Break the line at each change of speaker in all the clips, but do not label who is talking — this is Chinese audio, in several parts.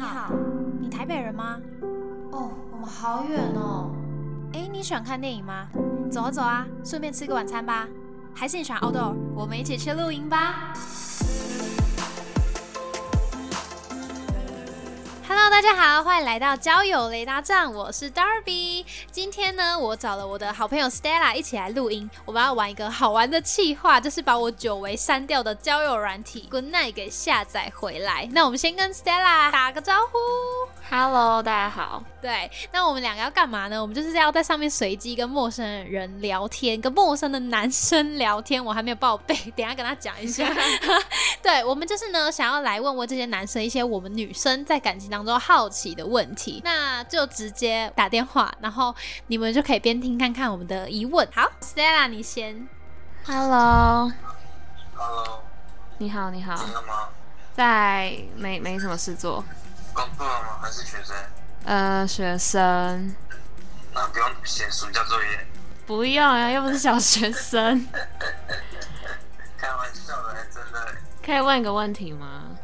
好，你台北人吗？
哦，我们好远哦。
哎，你喜欢看电影吗？走啊走啊，顺便吃个晚餐吧。还是你喜欢 outdoor？我们一起去露营吧。Hello，大家好，欢迎来到交友雷达站，我是 Darby。今天呢，我找了我的好朋友 Stella 一起来录音，我们要玩一个好玩的企划，就是把我久违删掉的交友软体 Good Night 给下载回来。那我们先跟 Stella 打个招呼。
Hello，大家好。
对，那我们两个要干嘛呢？我们就是要在上面随机跟陌生人聊天，跟陌生的男生聊天。我还没有报备，等一下跟他讲一下。对，我们就是呢，想要来问问这些男生一些我们女生在感情当中好奇的问题，那就直接打电话，然后你们就可以边听看看我们的疑问。好，Stella，你先。
Hello，
Hello，
你好，你好。
呃真的吗？
在没没什么事做。
工作了吗？还是学生？
呃，学生
那不用写暑假作业，
不用啊，又不是小学生。
开玩笑的，还真的。
可以问一个问题吗？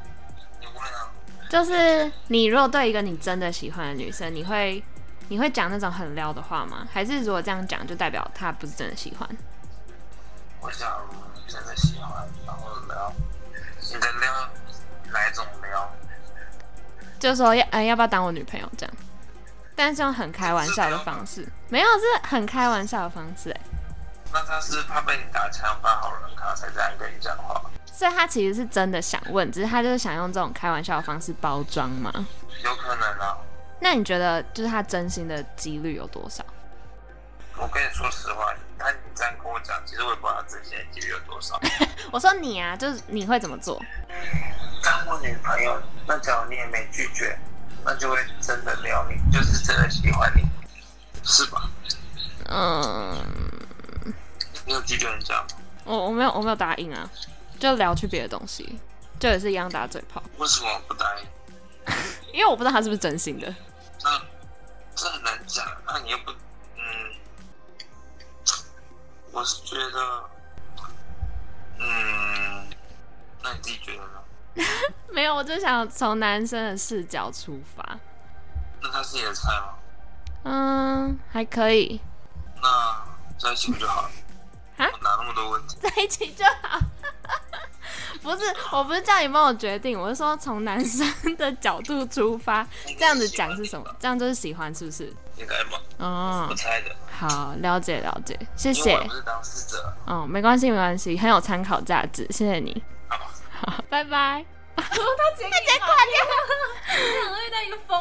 你问啊，
就是你如果对一个你真的喜欢的女生，你会你会讲那种很撩的话吗？还是如果这样讲，就代表她不是真的喜欢？
我假如真的喜欢，然后聊，你的聊哪一种聊？
就说要、呃、要不要当我女朋友这样，但是用很开玩笑的方式，没有是很开玩笑的方式哎，
那他是怕被你打枪，发好人卡才这样跟你讲话。
所以他其实是真的想问，只是他就是想用这种开玩笑的方式包装嘛。
有可能啊，
那你觉得就是他真心的几率有多少？
我跟你说实话，那你这样跟我讲，其实我也不知道他真心的几率有多少。
我说你啊，就是你会怎么做？
当我女朋友，那假如你也没拒绝，那就会真的撩你，就是真的喜欢你，是吧？
嗯，
你有拒绝人家吗？
我我没有我没有答应啊，就聊去别的东西，就也是一样打嘴炮，
为什么不答应？
因为我不知道他是不是真心的。
那这很难讲，那你又不，嗯，我是觉得，嗯，那你自己觉得呢？
没有，我就想从男生的视角出发，
那他是你的菜吗？
嗯，还可以
那在一起不就好了？
啊
我哪那么多问题？
在一起就好。不是，我不是叫你帮我决定，我是说从男生的角度出发，这样子讲是什么？这样就是喜欢，是不是？
应该吧，
哦
我，猜的，
好，了解了解，谢
因为
谢
我也。不是当事者。
哦，没关系没关系，很有参考价值，谢谢你。
好吧
好，拜拜。
很会当一个疯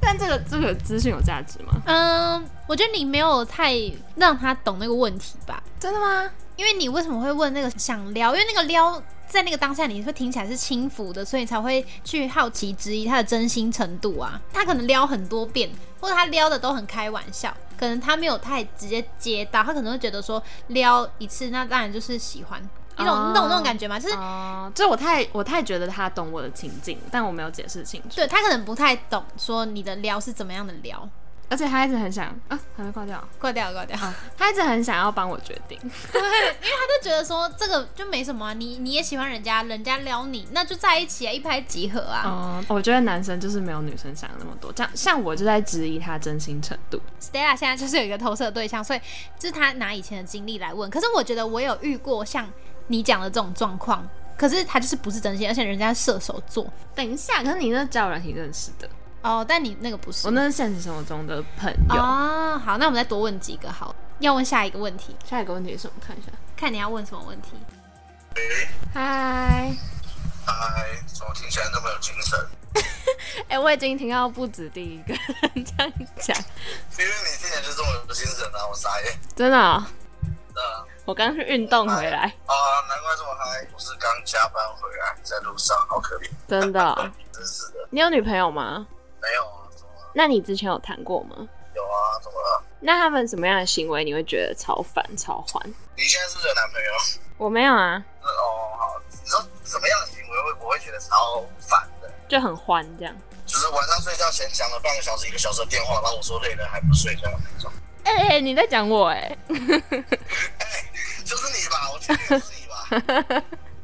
但这个这个资讯有价值吗？
嗯，我觉得你没有太让他懂那个问题吧。
真的吗？
因为你为什么会问那个想撩？因为那个撩在那个当下你会听起来是轻浮的，所以你才会去好奇质疑他的真心程度啊。他可能撩很多遍，或者他撩的都很开玩笑，可能他没有太直接接到，他可能会觉得说撩一次，那当然就是喜欢。你懂、
哦
你懂那种感觉吗？就是、
哦、就我太我太觉得他懂我的情境，但我没有解释清楚。
对他可能不太懂说你的撩是怎么样的撩。
而且他一直很想啊，还没挂掉，
挂掉，挂掉。
他一直很想要帮我决定。
他就觉得说这个就没什么、啊，你你也喜欢人家，人家撩你，那就在一起啊，一拍即合啊。
哦、我觉得男生就是没有女生想的那么多，这样像我就在质疑他真心程度。
Stella 现在就是有一个投射对象，所以就是他拿以前的经历来问。可是我觉得我有遇过像你讲的这种状况，可是他就是不是真心，而且人家是射手座
等一下，可是你那交友软体认识的，
哦，但你那个不是
我那是现实生活中的朋友。
哦。好，那我们再多问几个好了，要问下一个问题，
下一个问题是什么？看一下。
看你要问什么问题。
嗨，
嗨，怎么听起来那么有精神？
哎、我已经听到不止第一个人这样讲，
因为你听起来就这么有精神啊，我傻眼。
真的哦、
那
我刚去运动回来，
啊，难怪这么嗨！我是刚加班回来，在路上，好可怜，
真的哦、
真是的。
你有女朋友吗？
没有啊，怎么了
那你之前有谈过吗？
有啊？怎么了？
那他们什么样的行为你会觉得超烦超欢？
你现在是不是有男朋友？
我没有啊，
那哦，好，你说什么样的行为会我会觉得超烦的？
就很欢这样。
就是晚上睡觉前讲了半个小时、一个小时的电话，然后我说累了还不睡觉那种。
哎、你在讲我哎、
哎就是你吧，我觉得是你吧。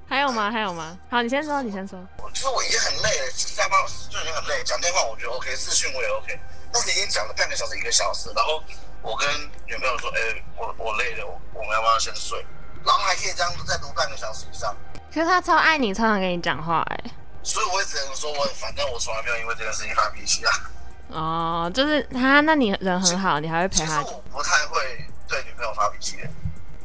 还有吗？还有吗？好，你先说，你先说。
我就是我已经很累了，下班就已经很累，讲电话我觉得 OK，视讯我也 OK，但是已经讲了半个小时、一个小时，然后我跟女朋友说，哎、我我累了，我我们要不要先睡？然后还可以这样子再读半个小时以上，
可是他超爱你，超想跟你讲话哎、
所以我也只能说我反正我从来没有因为这件事情发脾气啊。
哦，就是他，那你人很好，你还会陪
其实
他。
我不太会对女朋友发脾气的，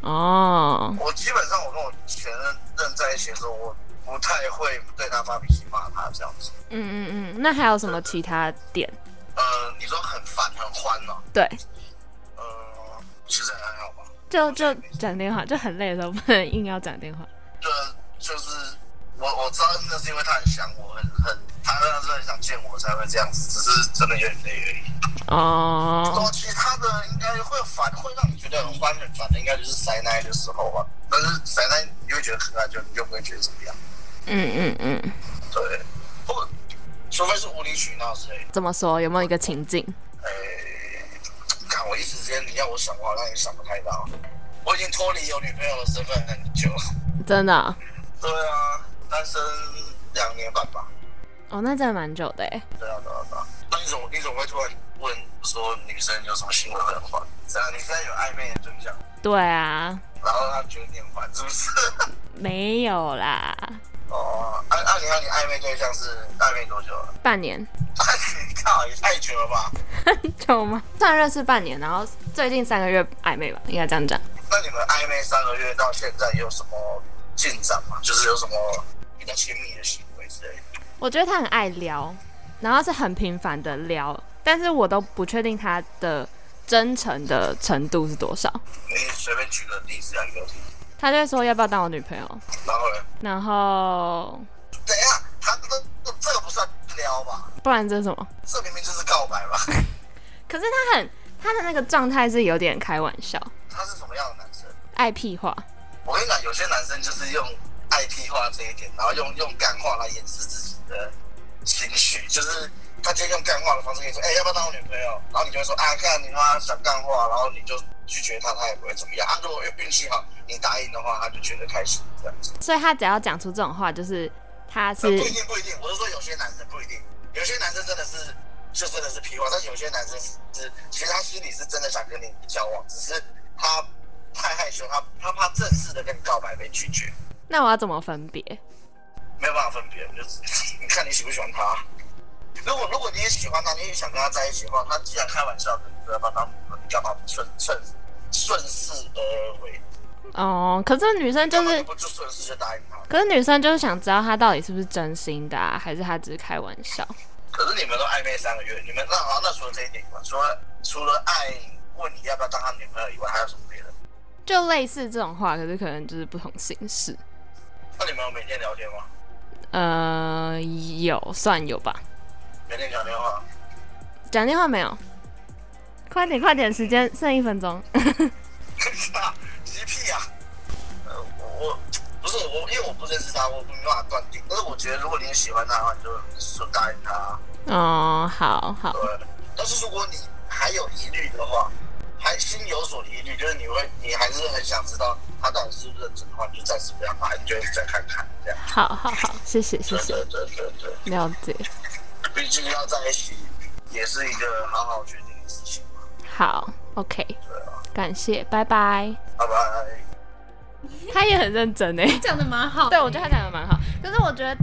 哦，
我基本上我跟我前任在一起的时候，我不太会对她发脾气骂她这样子。
嗯嗯嗯，那还有什么其他点？
呃，你说很烦很欢呢、
对，
呃，其实还好吧。
就就讲电话，就很累的时候不能硬要讲电话。
对，就是我我知道那是因为他很想我，很很他那是很想见我才会这样子，只是真的有点累而已。然
哦，
后其他的应该会烦，会让你觉得很欢很烦的，应该就是塞奶的时候吧。但是塞奶你就会觉得可爱，就你就不会觉得怎么样。
嗯嗯嗯，
对，不过除非是无理取闹之类的。
怎么说？有没有一个情境？
诶，看我一时之间你要我想，我好像也想不太到。我已经脱离有女朋友的身份很久了。
真的哦，
对啊，单身两年半吧。
哦那真的蛮久的哎。
对啊，对啊，对啊。那你怎么你怎么会突然问说女生有什么行为会很烦？这啊样你现在有暧昧的对象，
对啊，
然后她觉得你很烦，是不是？
没有啦，
哦，按按你看你暧昧对象是暧昧多久了？
半 年，
你靠，也太久了吧？
很久吗？算认识半年，然后最近三个月暧昧吧，应该这样讲。
那你们暧昧三个月到现在有什么进展吗？就是有什么比较亲密的行为之类的？
我觉得他很爱聊，然后是很频繁的聊，但是我都不确定他的真诚的程度是多少。
你随便举个例子来给我听。
他就会说要不要当我女朋友，
然后呢？
然后
等一下，他这个这个不算撩吧？
不然这是什么？
这明明就是告白吧？
可是他很他的那个状态是有点开玩笑，
他是什么样的男生？
爱屁话。
我跟你讲，有些男生就是用爱屁话这一点，然后用用干话来掩饰自己的情绪，就是他就用干话的方式跟你说，哎、要不要当我女朋友？然后你就会说，啊，干你妈想干话，然后你就拒绝他，他也不会怎么样。啊，如果运气好，你答应的话，他就觉得开心这样子。
所以他只要讲出这种话，就是他
呃
是
不一定，不一定，我是说有些男生不一定，有些男生真的是就真的是屁话，但有些男生是其实他心里是真的想跟你交往，只是他太害羞，他他怕正式的跟你告白被拒绝。
那我要怎么分别？
没有办法分别，就是你看你喜不喜欢他。如果如果你也喜欢他，你也想跟他在一起的话，他既然开玩笑的，你要把他，你干嘛不顺顺顺势而为？
哦，可是女生就
干嘛
是
你，不就顺势就答应他？
可是女生就是想知道他到底是不是真心的、啊，还是他只是开玩笑？
可是你们都暧昧三个月，你们那好，那除了这一点以外，除了除了爱问你要不要当他女朋友以外，还有什么别的？
就类似这种话，可是可能就是不同形式。
那你们有每天聊天吗？
呃，有算有吧。
每天讲电话？
讲电话没有？快点快点，时间剩一分钟。
急屁啊！呃，我我不是我，因为我不认识他，我没办法断定。但是我觉得，如果你喜欢他的话，你就顺答应他。
哦，好好，
对，但是如果你还有疑虑的话，还心有所疑虑，就是你会，你还是很想知道他到底是不是认真的话，你就暂时不要买，你就再看看这样。
好好好，谢谢谢
对
谢
对，对对对，
了解。
毕竟要在一起也是一个好好决定的事情嘛。
好，OK，
对啊，
感谢，拜拜。
拜拜。
他也很认真欸诶，
讲的蛮好的
对我觉得他讲的蛮好，可是我觉得。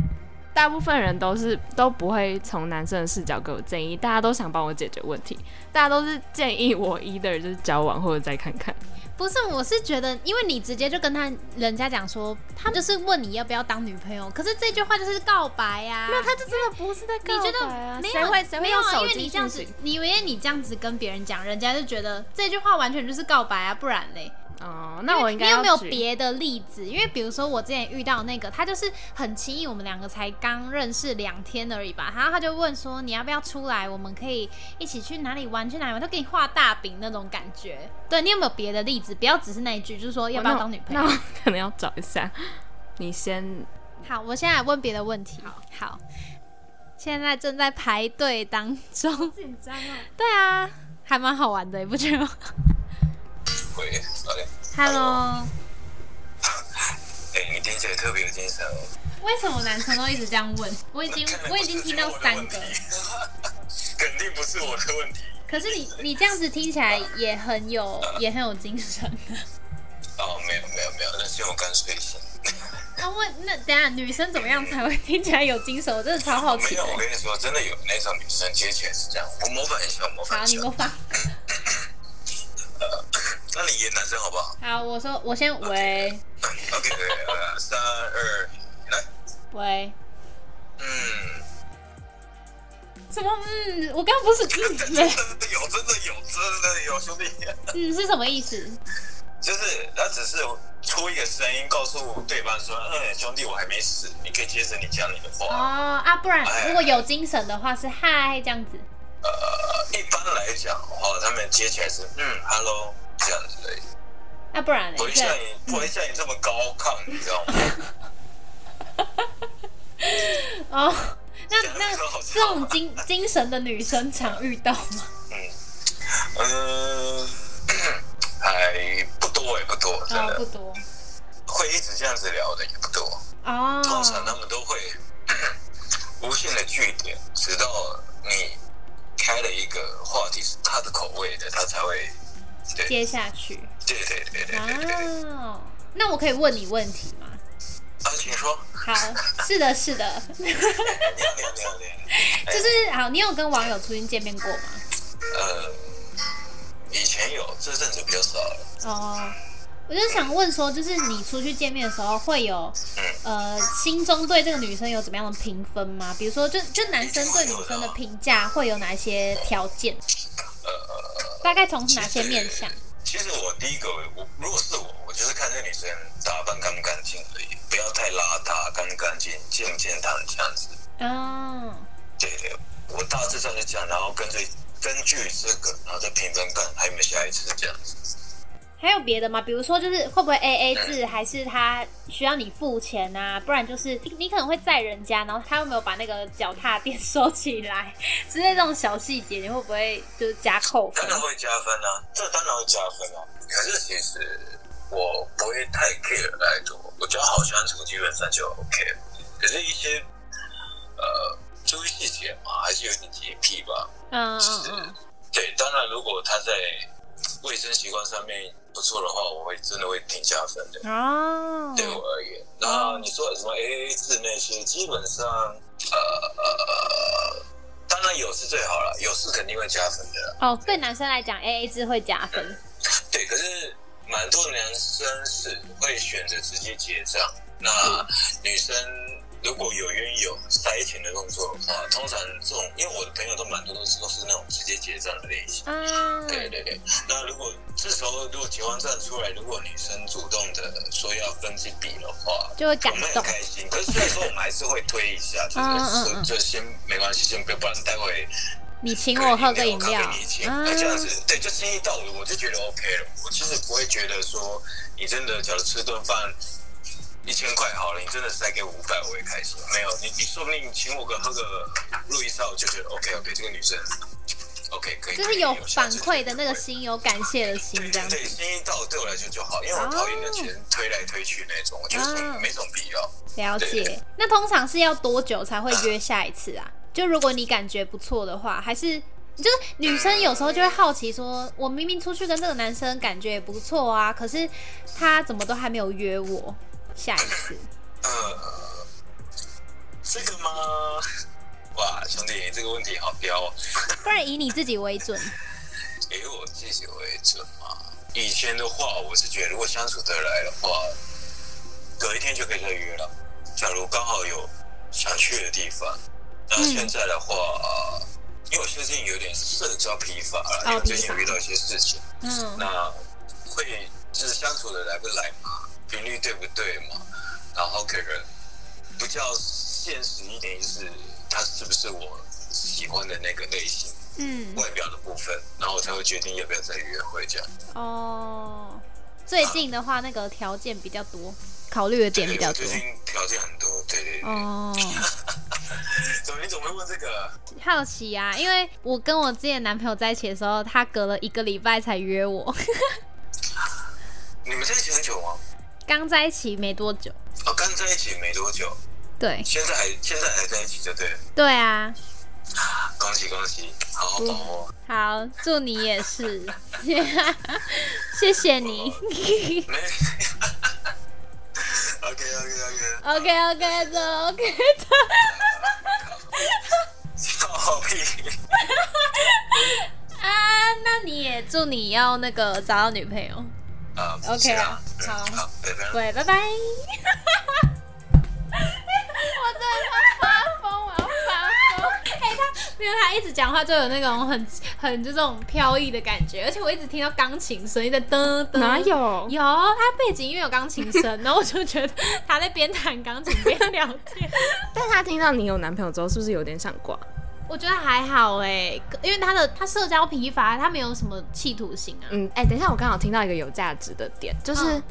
大部分人都是都不会从男生的视角给我建议，大家都想帮我解决问题，大家都是建议我 either 就是交往或者再看看。
不是，我是觉得，因为你直接就跟他人家讲说，他就是问你要不要当女朋友，可是这句话就是告白呀、
没有，他就真的不是在
你
告
觉
白
得
啊！
没
谁
有
会谁会
没有
用
啊？
手
因为
机
你这样
讯
子
息？，
你以为你这样子跟别人讲，人家就觉得这句话完全就是告白啊，不然嘞？
哦，那我应该
你有没有
举
别的例子？因为比如说我之前遇到那个，他就是很轻易，我们两个才刚认识两天而已吧，然后他就问说你要不要出来，我们可以一起去哪里玩，去哪里玩，他给你画大饼那种感觉。对你有没有别的例子？不要只是那一句，就是说要不要当女 朋友
哦那？我可能要找一下。你先，
好，我现在来问别的问题。好，现在正在排队当中。
紧张哦。
对啊，还蛮好玩的，你不觉得吗
喂，老梁，
？Hello，
哎、你听起来特别有精神哦。
为什么男生都一直这样问？我已经
根本
我
不
已
是
经听
觉得
到
我的
三
问
个了
题。 肯定不是我的问题
可是你你这样子听起来也很有也很有精神啊。
哦，没有没有没有，那是因为我刚睡醒。
那问啊那等一下女生怎么样才会听起来有精神？我真的超好
没
奇的
有，。我跟你说，真的有那种女生接起来是这样，我模仿一下，我模仿
好，
一
你
下
给。我放。
那你演男生好不好
好，我说我先喂
？OK，呃，三二一来，
喂，
嗯，
什么嗯？我刚刚不是
真
嗯
的真的有，真的有，真的有，兄弟，
嗯是什么意思？
就是他只是出一个声音告诉对方说，嗯，兄弟，我还没死，你可以接着你讲你的
哦
话。
啊，不然如果有精神的话是嗨这样子。
呃，一般来讲的话，他们接起来是嗯，hello 这样子而已，
啊，不然嘞
不会像你，不会像你这么高亢，你知道吗？
哦， 那
讲得
那
很好笑
这种精精神的女生常遇到吗？
嗯，还不多欸也不多，真
哦，
的、
不多
会一直这样子聊的也不多。
哦。
通常他们都会 无限的据点，直到你开了一个话题是他的口味的，他才会对对
接嗯下去
对对对对对对。
哦，那我可以问你问题吗？
啊，请 说，
好，是的，是的，
你好你好你好你好。
就是好，你有跟网友出去见面过吗？
呃，以前有，这阵子比较少了。
哦，我就想问说，就是你出去见面的时候，会有呃心中对这个女生有怎么样的评分吗？比如说就，就男生对女生的评价会有哪一些条件？大概从哪些面向？
其实我第一个，我如果是我，我就是看这女生打扮干不干净而已，不要太邋遢，干不干净，健不健康这样子。
哦，
对对，我大致上就这样，然后根据根据这个，然后再评分看还有没有下一次这样子。
还有别的吗？比如说，就是会不会 A A 制，还是他需要你付钱啊？不然就是你你可能会载人家，然后他又没有把那个脚踏垫收起来，之类这种小细节，你会不会就是加扣分
当？然会加分啊，这当然会加分啊。可是其实我不会太 care 太多，我觉得好相处基本上就 OK 了。可是，一些呃注意细节嘛，还是有点洁癖吧。
嗯嗯
是
嗯，
对，当然如果他在卫生习惯上面不错的话，我会真的会挺加分的。
哦，
对我而言，那你说什么 AA 制那些，基本上呃呃，当然有是最好了，有是肯定会加分的啦。
哦，对男生来讲，A A 制会加分。
对，可是蛮多男生是会选择直接结账，那女生。如果有冤有塞钱的动作的话，通常这种，因为我的朋友都蛮多都是都是那种直接结账的类型。
啊，
对对对，那如果这时候如果结完账出来，如果女生主动的说要分这笔的话，
就会感
我们
动
很。开心。可是虽然说我们还是会推一下，就
嗯
是
嗯
说
嗯
就先没关系，先不要，不然待会
你请我喝个饮料
我咖啡你请，
啊
那，这样子对，就心意到我，我就觉得 OK 了。我其实不会觉得说你真的，假如吃顿饭。一千块好了，你真的塞给我五百，我也开心。没有你，你说不定你请我个喝个路易莎，我就觉得 OK OK，这个女生 OK 可以，
就
可
是
以
有
下
反
次
馈的那个
机会
心，有感谢的心
对
这
对
样子。
对，心意到对我来说就好，因为我讨厌的钱推来推去那种，我觉
哦
得没什么必要。
了
对
解。那通常是要多久才会约下一次啊？就如果你感觉不错的话，还是就是女生有时候就会好奇说，我明明出去跟这个男生感觉也不错啊，可是他怎么都还没有约我下一次？
呃，这个吗？哇，兄弟，这个问题好刁哦。
不然以你自己为准。
以我自己为准嘛。以前的话，我是觉得如果相处得来的话，隔一天就可以再约了。假如刚好有想去的地方，那
嗯
现在的话，呃因为我最近有点社交疲乏了，
哦
因为最近有遇到一些事情，
嗯
那会就是相处的来不来嘛，频率对不对嘛，然后可能比较现实一点，就是他是不是我喜欢的那个类型。
嗯
外表的部分，然后我才会决定要不要再约会这样。
哦，最近的话那个条件比较多，考虑的点比较
对
多
我最。近条件很多，对对对。
哦，
怎么你怎么会问这个？
好奇啊，因为我跟我之前男朋友在一起的时候，他隔了一个礼拜才约我，
你们在一起很久吗？
刚在一起没多久。
哦，刚在一起没多久。
对
现在还现在还在一起就对了，
对啊，
恭喜恭喜，好好把握。
好，祝你也是， 谢谢你。
没 ，OK OK OK，
OK OK 的 OK 的，
笑屁。
啊，那你也祝你要那个找到女朋友。
啊
OK
是
啊
嗯
好
好，拜拜。
对，拜 拜。
我真的发疯，我要发疯。
因为哎他一直讲话就有那种很很就这种飘逸的感觉，而且我一直听到钢琴声，一直噔噔。
哪？有？
有，他背景音乐有钢琴声，然后我就觉得他在边弹钢琴边聊天。
但他听到你有男朋友之后，是不是有点想挂？
我觉得还好哎、因为他的他社交疲乏，他没有什么企图心啊。
嗯，哎、等一下，我刚好听到一个有价值的点，就是、
嗯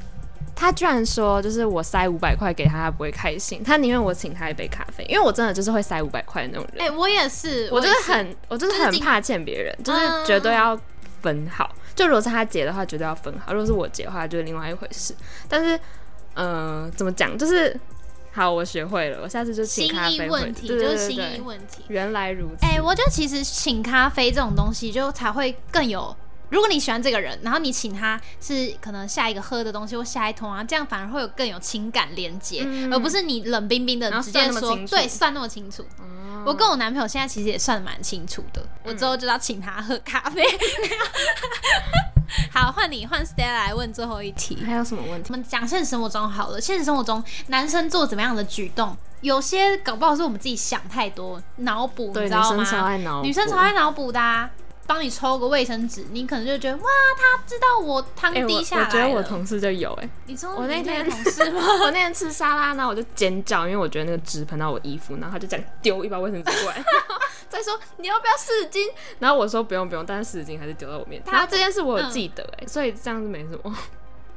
他居然说，就是我塞五百块给他，他不会开心，他宁愿我请他一杯咖啡，因为我真的就是会塞五百块的那种人。
哎、我也是，
我就是
也是
很，我就是
就是
很
进
怕欠别人，就是
嗯
绝对要分好。就如果是他结的话，绝对要分好；如果是我结的话，就是另外一回事。但是，嗯、怎么讲？就是好，我学会了，我下次就
心
请咖
意
啡回
问
去
题，
对
就
对
是
对
心
对
意问题。
原来如此。
哎、我觉得其实请咖啡这种东西，就才会更有。如果你喜欢这个人，然后你请他是可能下一个喝的东西或下一桶啊，这样反而会有更有情感连接，
嗯
而不是你冷冰冰的
然后
直接
算那么
说
清楚
对算那么清楚。
哦
我跟我男朋友现在其实也算得蛮清楚的，我之后就要请他喝咖啡。 好，换你换 Stella 来问最后一题。
还有什么问
我
题？
们讲现实生活中好了，现实生活中男生做怎么样的举动，有些搞不好是我们自己想太多，脑补，你知
对，女
道
生超
吗？
爱脑补，
女生超爱脑补的、啊，帮你抽个卫生纸，你可能就觉得哇，他知道我汤
哎、我
滴
我
下来了。
觉得我同事就有哎、
你抽
我那
你
天
同 事吗？
我那天吃沙拉呢，我就尖叫，因为我觉得那个汁喷到我衣服，然后他就这样丢一包卫生纸 过来，再说你要不要湿巾？然后我说不用不用，但是湿巾还是丢在我面
他
前。
嗯
然后这件事我有记得哎、所以这样子没什么。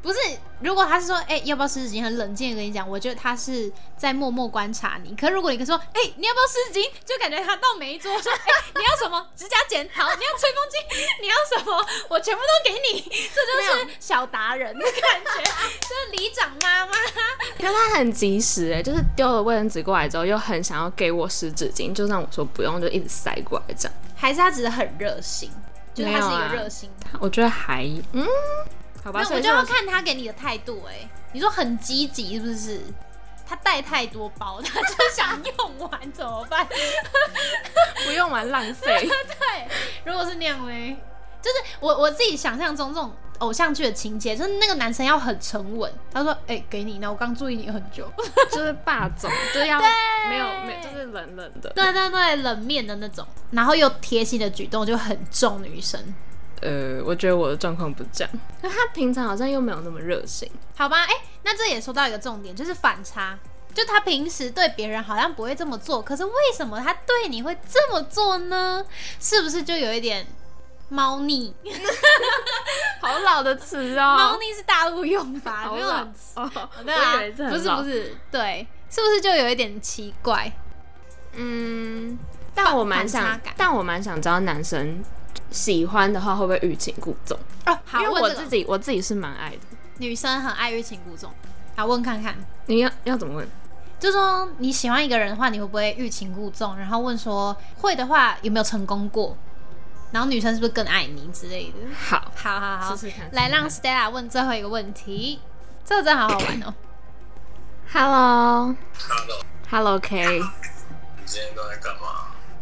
不是，如果他是说，哎、要不要湿纸巾？很冷静的跟你讲，我觉得他是在默默观察你。可如果你跟他说，哎、你要不要湿纸巾？就感觉他到每一桌说，哎、你要什么指甲剪？好，你要吹风机？你要什么？我全部都给你。这就是小达人的感觉，就是里长妈妈。
可是他很及时哎、就是丢了卫生纸过来之后，又很想要给我湿纸巾，就让我说不用，就一直塞过来这样。
还是他只是很热心，就是他是一个热心的。
我觉得还嗯，好吧，
那
所
我
以
就要
是
看他给你的态度、哎，你说很积极是不是？他带太多包，他就想用完怎么办？
不用完浪 费。
对，如果是那样嘞，就是我我自己想象中这种偶像剧的情节，就是那个男生要很沉稳，他说：“哎、给你呢，我刚注意你很 久。
就是霸总，就是要没有没有，就是冷冷的”。
对对对，冷面的那种，然后又贴心的举动就很重女生，
呃，我觉得我的状况不是这样，可他平常好像又没有那么热心。
好吧？哎、那这也说到一个重点，就是反差。就他平时对别人好像不会这么做，可是为什么他对你会这么做呢？是不是就有一点猫腻？
好老的词
猫
哦，
腻是大陆用法，
好
没有
老
很
哦，
对啊，
我以为是很
不是
老
不，是，对，是不是就有一点奇怪？
嗯，但我蛮
反
想
差感，
但我蛮想知道男生喜欢的话会不会欲擒故纵，
哦，好，
因为
问
我
这个
自己我自己是蛮爱的。
女生很爱欲擒故纵，好，问看看，
你要要怎么问？
就说你喜欢一个人的话，你会不会欲擒故纵？然后问说会的话有没有成功过？然后女生是不是更爱你之类的？
好，
好好好，
试试看
来
试试看
让 Stella 问最后一个问题，这个真的好好玩 哦。
Hello，Hello
Hello，
K，
你今天都在干嘛？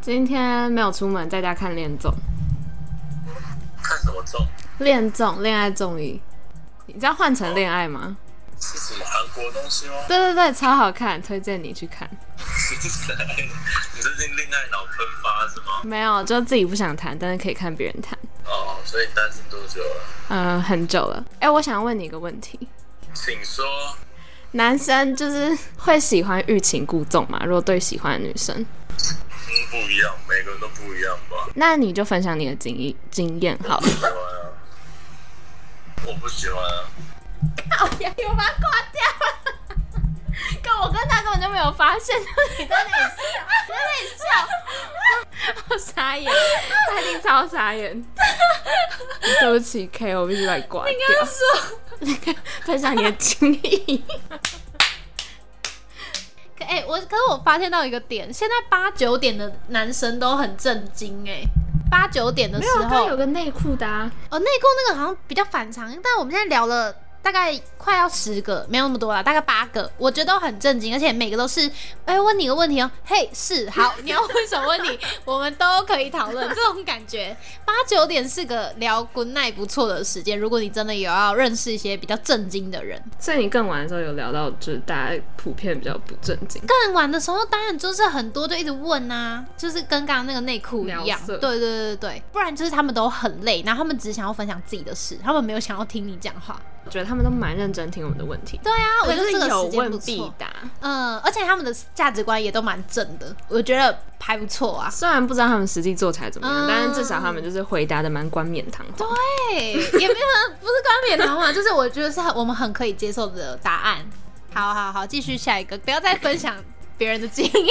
今天没有出门，在家看恋综，
看什么综？
恋综恋爱综艺，你知道换成恋爱吗？
是什么韩国东西吗？
对对对，超好看，推荐你去看。
你最近恋爱脑喷发是吗？
没有，就自己不想谈，但是可以看别人谈。
哦，所以单身多久了？
嗯、很久了。哎、我想问你一个问题：
请说。
男生就是会喜欢欲擒故纵嘛？如果对喜欢的女生，
嗯，不一样，每个人都不一样吧？
那你就分享你的经验经验好了。
喜欢啊？我不喜欢啊。
好呀，哎我把它挂掉了。跟 我跟他根本就没有发现，你在那里笑，在那里笑。
我傻眼，他一定超傻眼。 对不起，K，我必 须把你挂掉。
说。
分享你的经历。
可哎、哎、我可是我发现到一个点，现在八九点的男生都很震惊哎、八九点的
没
时
有，
候
他，有个内裤的啊，
哦，内裤那个好像比较反常，但我们现在聊了大概快要十个，没有那么多啦，大概八个，我觉得都很震惊，而且每个都是，哎、问你个问题哦，嘿，是好，你要问什么问题，我们都可以讨 论，这种感觉。八九点是个聊 good night 不错的时间，如果你真的有要认识一些比较震惊的人，
所以你更晚的时候有聊到，就是大家普遍比较不正经。
更晚的时候，当然就是很多就一直问啊，就是跟刚刚那个内裤一
聊
样，
色
对对对对，不然就是他们都很累，然后他们只想要分享自己的事，他们没有想要听你讲话。
我觉得他们都蛮认真听我们的问题，
对啊，我觉得
就
这
是
个
有
时间不
问必
错。
答。
嗯，而且他们的价值观也都蛮正的，我觉得还不错啊。
虽然不知道他们实际做起来怎么样，
嗯
但是至少他们就是回答的蛮冠冕堂皇。
对，也没有不是冠冕堂皇， 就是我觉得是很我们很可以接受的答案。好好好，继续下一个，不要再分享别人的经 历。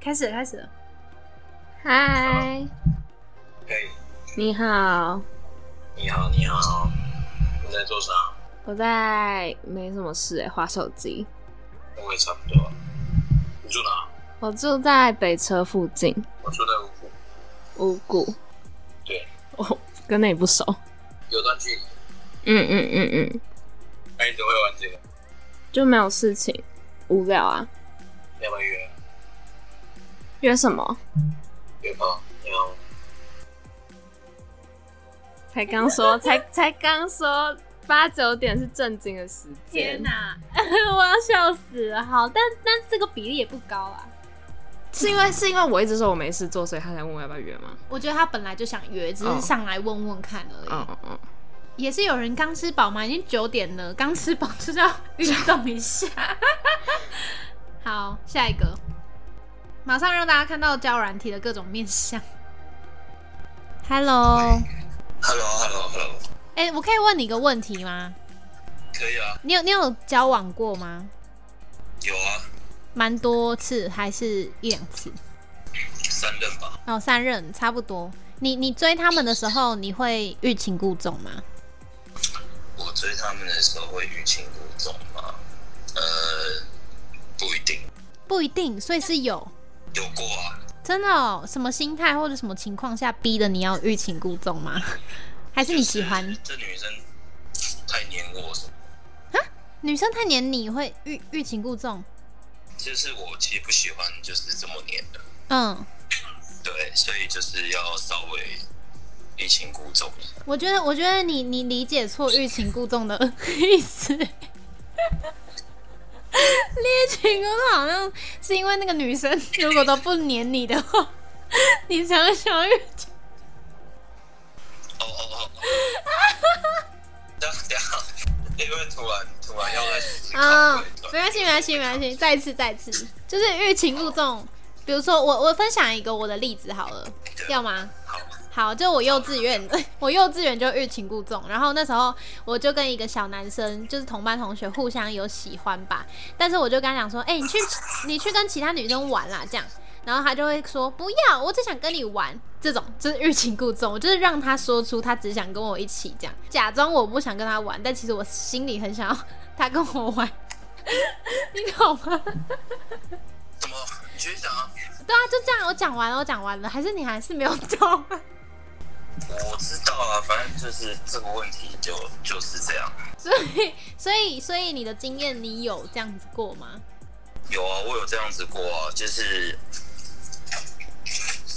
开始了，开始了。
嗨，
嘿，
你好，
你好，你好，你在做啥？
我在没什么事哎、欸，划手机。
我也差不多。你住哪？
我住在北车附近
我住在五湖。
五谷，
对，
我跟那里不熟。
有段距离。
嗯嗯嗯嗯，
哎，你怎么会玩这个？
就没有事情，无聊啊。
要不要约？
约什么？
约炮？你好。
才 刚说，才才刚说八九点是正经的时间。
天哪， 我要笑死了。好，但但这个比例也不高啊。
是因为是因为我一直说我没事做，所以他才问我要不要约吗？
我觉得他本来就想约，只
哦
是上来问问看而已。
嗯嗯嗯，
也是有人刚吃饱嘛，已经九点了，刚吃饱就是要运动一下。 好，下一个，马上让大家看到交友软体的各种面相。Hello，
Hello，Hello，Hello。
哎、我可以问你一个问题吗？
可以啊，
你有你有交往过吗？
有啊，
蛮多次还是一两次？
三任吧。
哦，三任差不多。你你追他们的时候，你会欲擒故纵吗？
我追他们的时候会欲擒故纵吗？呃，不一定，
不一定，所以是有。
有过啊。
真的、哦，什么心态或者什么情况下逼的你要欲擒故纵吗？ 还是你喜欢
这女生太黏我什么？
女生太黏你会欲欲擒故纵？
就是我其实不喜欢就是这么黏的，
嗯，
对，所以就是要稍微欲擒故纵一下。
我觉得我觉得你你理解错欲擒故纵的意 思。欲擒故纵好像是因为那个女生如果都不黏你的话， 你才会想要欲擒。
哦哦哦哦！ 等一下等一下，因为突然突然要在思考
啊
回转，
没关系，没关系，没关系，再一次，再一次，就是欲擒故纵。比如说我我分享一个我的例子好了，要吗？
好，
好，就我幼稚园， 我幼稚园就欲擒故纵，然后那时候我就跟一个小男生，就是同班同学，互相有喜欢吧，但是我就跟他讲说，哎、你去你去跟其他女生玩啦，这样，然后他就会说不要，我只想跟你玩，这种就是欲擒故纵，我就是让他说出他只想跟我一起这样，假装我不想跟他玩，但其实我心里很想要他跟我玩， 你懂吗？
怎么？你学长啊？
对啊，就这样，我讲完了，我讲完了，还是你还是没有懂？
我知道啊，反正就是这个问题就就是这样。
所以， 所以，所以你的经验，你有这样子过吗？
有啊，我有这样子过啊，就是，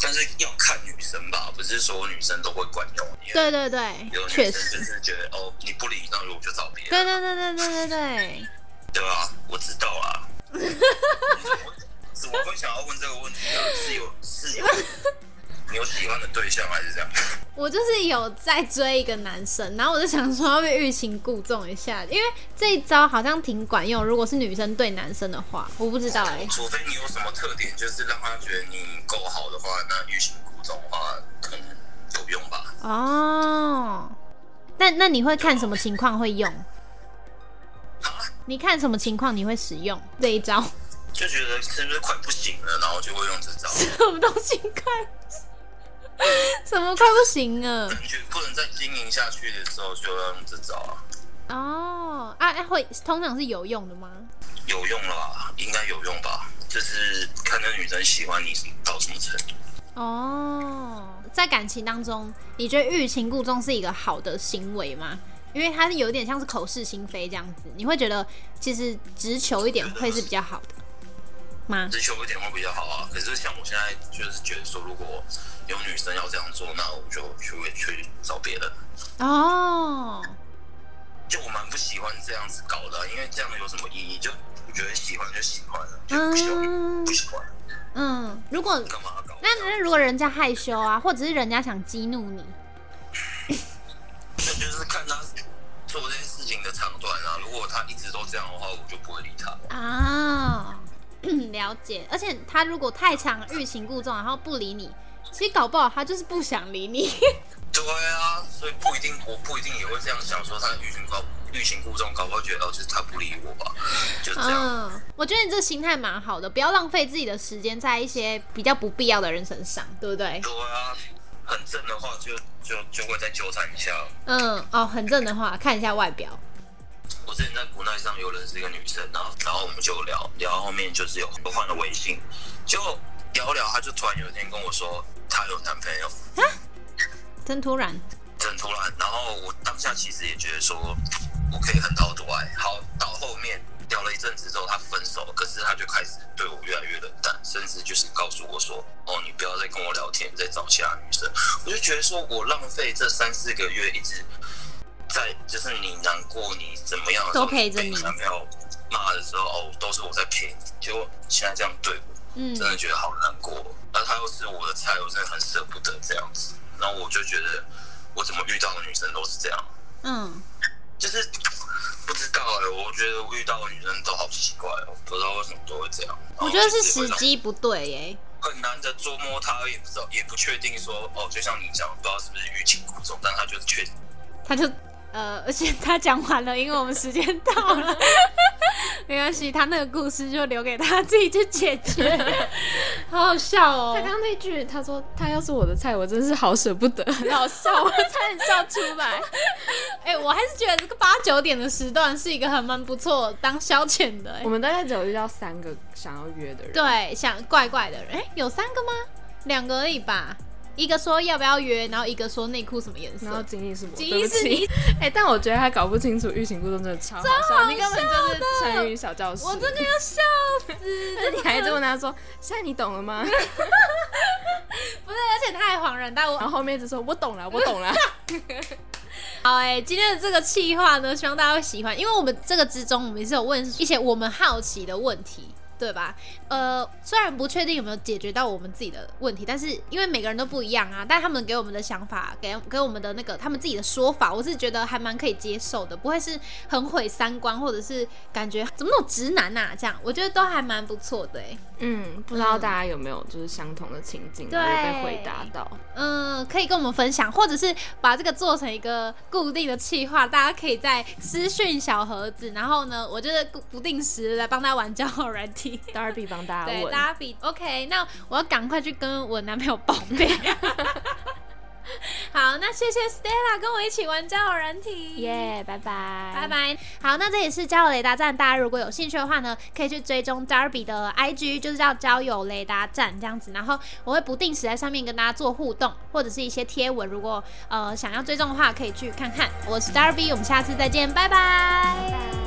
但是要看女生吧，不是所有女生都会管用。因为
对对对
有，
确
女生
实
就，是觉得哦，你不理，那我就找别人。
对对对对对对对，
对啊，我知道 啊。你怎么会怎么会想要问这个问题啊？是有 是有，你有喜欢的对象还是这样？
我就是有在追一个男生，然后我就想说要被欲擒故纵一下，因为这一招好像挺管用。如果是女生对男生的话，我不知道哎、
除非你有什么特点，就是让他觉得你够好的话，那欲擒故纵的话，可能有用吧。
哦，那那你会看什么情况会 用？你看什么情况你会使用这一招？
就觉得是不是快不行了，然后就会用这招。
什么东西快？ 什么快不行了？
感觉不能再经营下去的时候，就要用这招啊。
哦，啊，啊会通常是有用的吗？
有用啦，应该有用吧？就是看那女生喜欢你到什么程度。
哦，在感情当中，你觉得欲擒故纵是一个好的行为吗？因为它是有点像是口是心非这样子，你会觉得其实直球一点会是比较好的吗？
直球一点会比较好啊。可是像我现在就是觉得说，如果有女生要这样做，那我就去去找别人。
哦，
就我蛮不喜欢这样子搞的啊、因为这样有什么意义？就我觉得喜欢就喜欢了，就不喜欢就不喜欢了，
嗯，如果
干嘛要搞
那
这样？
那如果人家害羞啊，或者是人家想激怒你，
那就是看他做这件事情的长短啊。如果他一直都这样的话，我就不会理他。
啊、 了解。而且他如果太常欲擒故纵，然后不理你，其实搞不好他就是不想理你。
对啊，所以不一定，我不一定也会这样想，说他欲擒高欲擒故纵，搞不好觉得哦，就是他不理我吧，就这样。
嗯，我觉得你这个心态蛮好的，不要浪费自己的时间在一些比较不必要的人身上，对不对？
对啊，很正的话就就就会再纠缠一下。
嗯，哦，很正的话，看一下外表。
我之前在国内上有认识一个女生，然后然后我们就聊聊，后面就是有我换了微信，就聊聊，她就突然有一天跟我说她有男朋友，
真突然，
真突然。然后我当下其实也觉得说，我可以横刀夺爱。啊好，到后面聊了一阵子之后，她分手，可是她就开始对我越来越冷淡，甚至就是告诉我说，哦，你不要再跟我聊天，再找其他女生。我就觉得说我浪费这三四个月一直在，就是你难过，你怎么样的时
都
候
陪着你
被男朋友骂的时候，哦，都是我在陪你，结果现在这样对我。
嗯
真的觉得好难过。那他又是我的菜，我真的很舍不得这样子。然后我就觉得，我怎么遇到的女生都是这样，
嗯，
就是不知道哎、我觉得我遇到的女生都好奇怪哦、不知道为什么都会这样。
我觉得是时，机不对耶。
很难的捉摸她，也不知道，也不确定说哦，就像你讲，不知道是不是欲擒故纵，但她就是确
他就呃， 而且他讲完了，因为我们时间到 了，没关系，他那个故事就留给他自己去解决， 好好笑哦
他。刚刚那句他说他要是我的菜，我真是好舍不得， 很好笑， 我差点笑出来。
哦哎、我还是觉得这个八九点的时段是一个还蛮不错当消遣的、哎
我们大概只有遇到三个想要约的人，，
对，想怪怪的人，哎、有三个吗？两个而已吧。一个说要不要约，然后一个说内裤什么颜
然后
色。
经历是我，
锦
对
衣
不
是
起。 哎、但我觉得他搞不清楚欲擒故纵真的超好笑，你根本就是成语小教室。
我真的要笑 死！
那你还一直问他说：“现在你懂了 吗
不是，而且他还恍然大悟？”
然。后后面一直说：“我懂了，我懂 了。
好哎、今天的这个企划呢，希望大家会喜欢，因为我们这个之中，我们也是有问一些我们好奇的问题，对吧？呃，虽然不确定有没有解决到我们自己的问题，但是因为每个人都不一样啊，但他们给我们的想法，给给我们的那个他们自己的说法，我是觉得还蛮可以接受的，不会是很毁三观，或者是感觉怎么那种直男呐、这样，我觉得都还蛮不错的哎、”
嗯，不知道大家有没有就是相同的情境，然后有被回答到。
嗯，可以跟我们分享，或者是把这个做成一个固定的企划，大家可以在私讯小盒子，然后呢，我就是不不定时地来帮他玩交友软体。
Darby 帮大家
对，
问，
大家比 OK，那我要赶快去跟我男朋友报 备。好，那谢谢 Stella 跟我一起玩交友软体，
耶，拜拜，
拜。拜。好，那这里是交友雷达站，大家如果有兴趣的话呢，可以去追踪 Darby 的 IG，就是叫交友雷达站这样子。然后我会不定时在上面跟大家做互动，或者是一些贴文，如果呃想要追踪的话，可以去看看。我是 Darby，我们下次再见，拜拜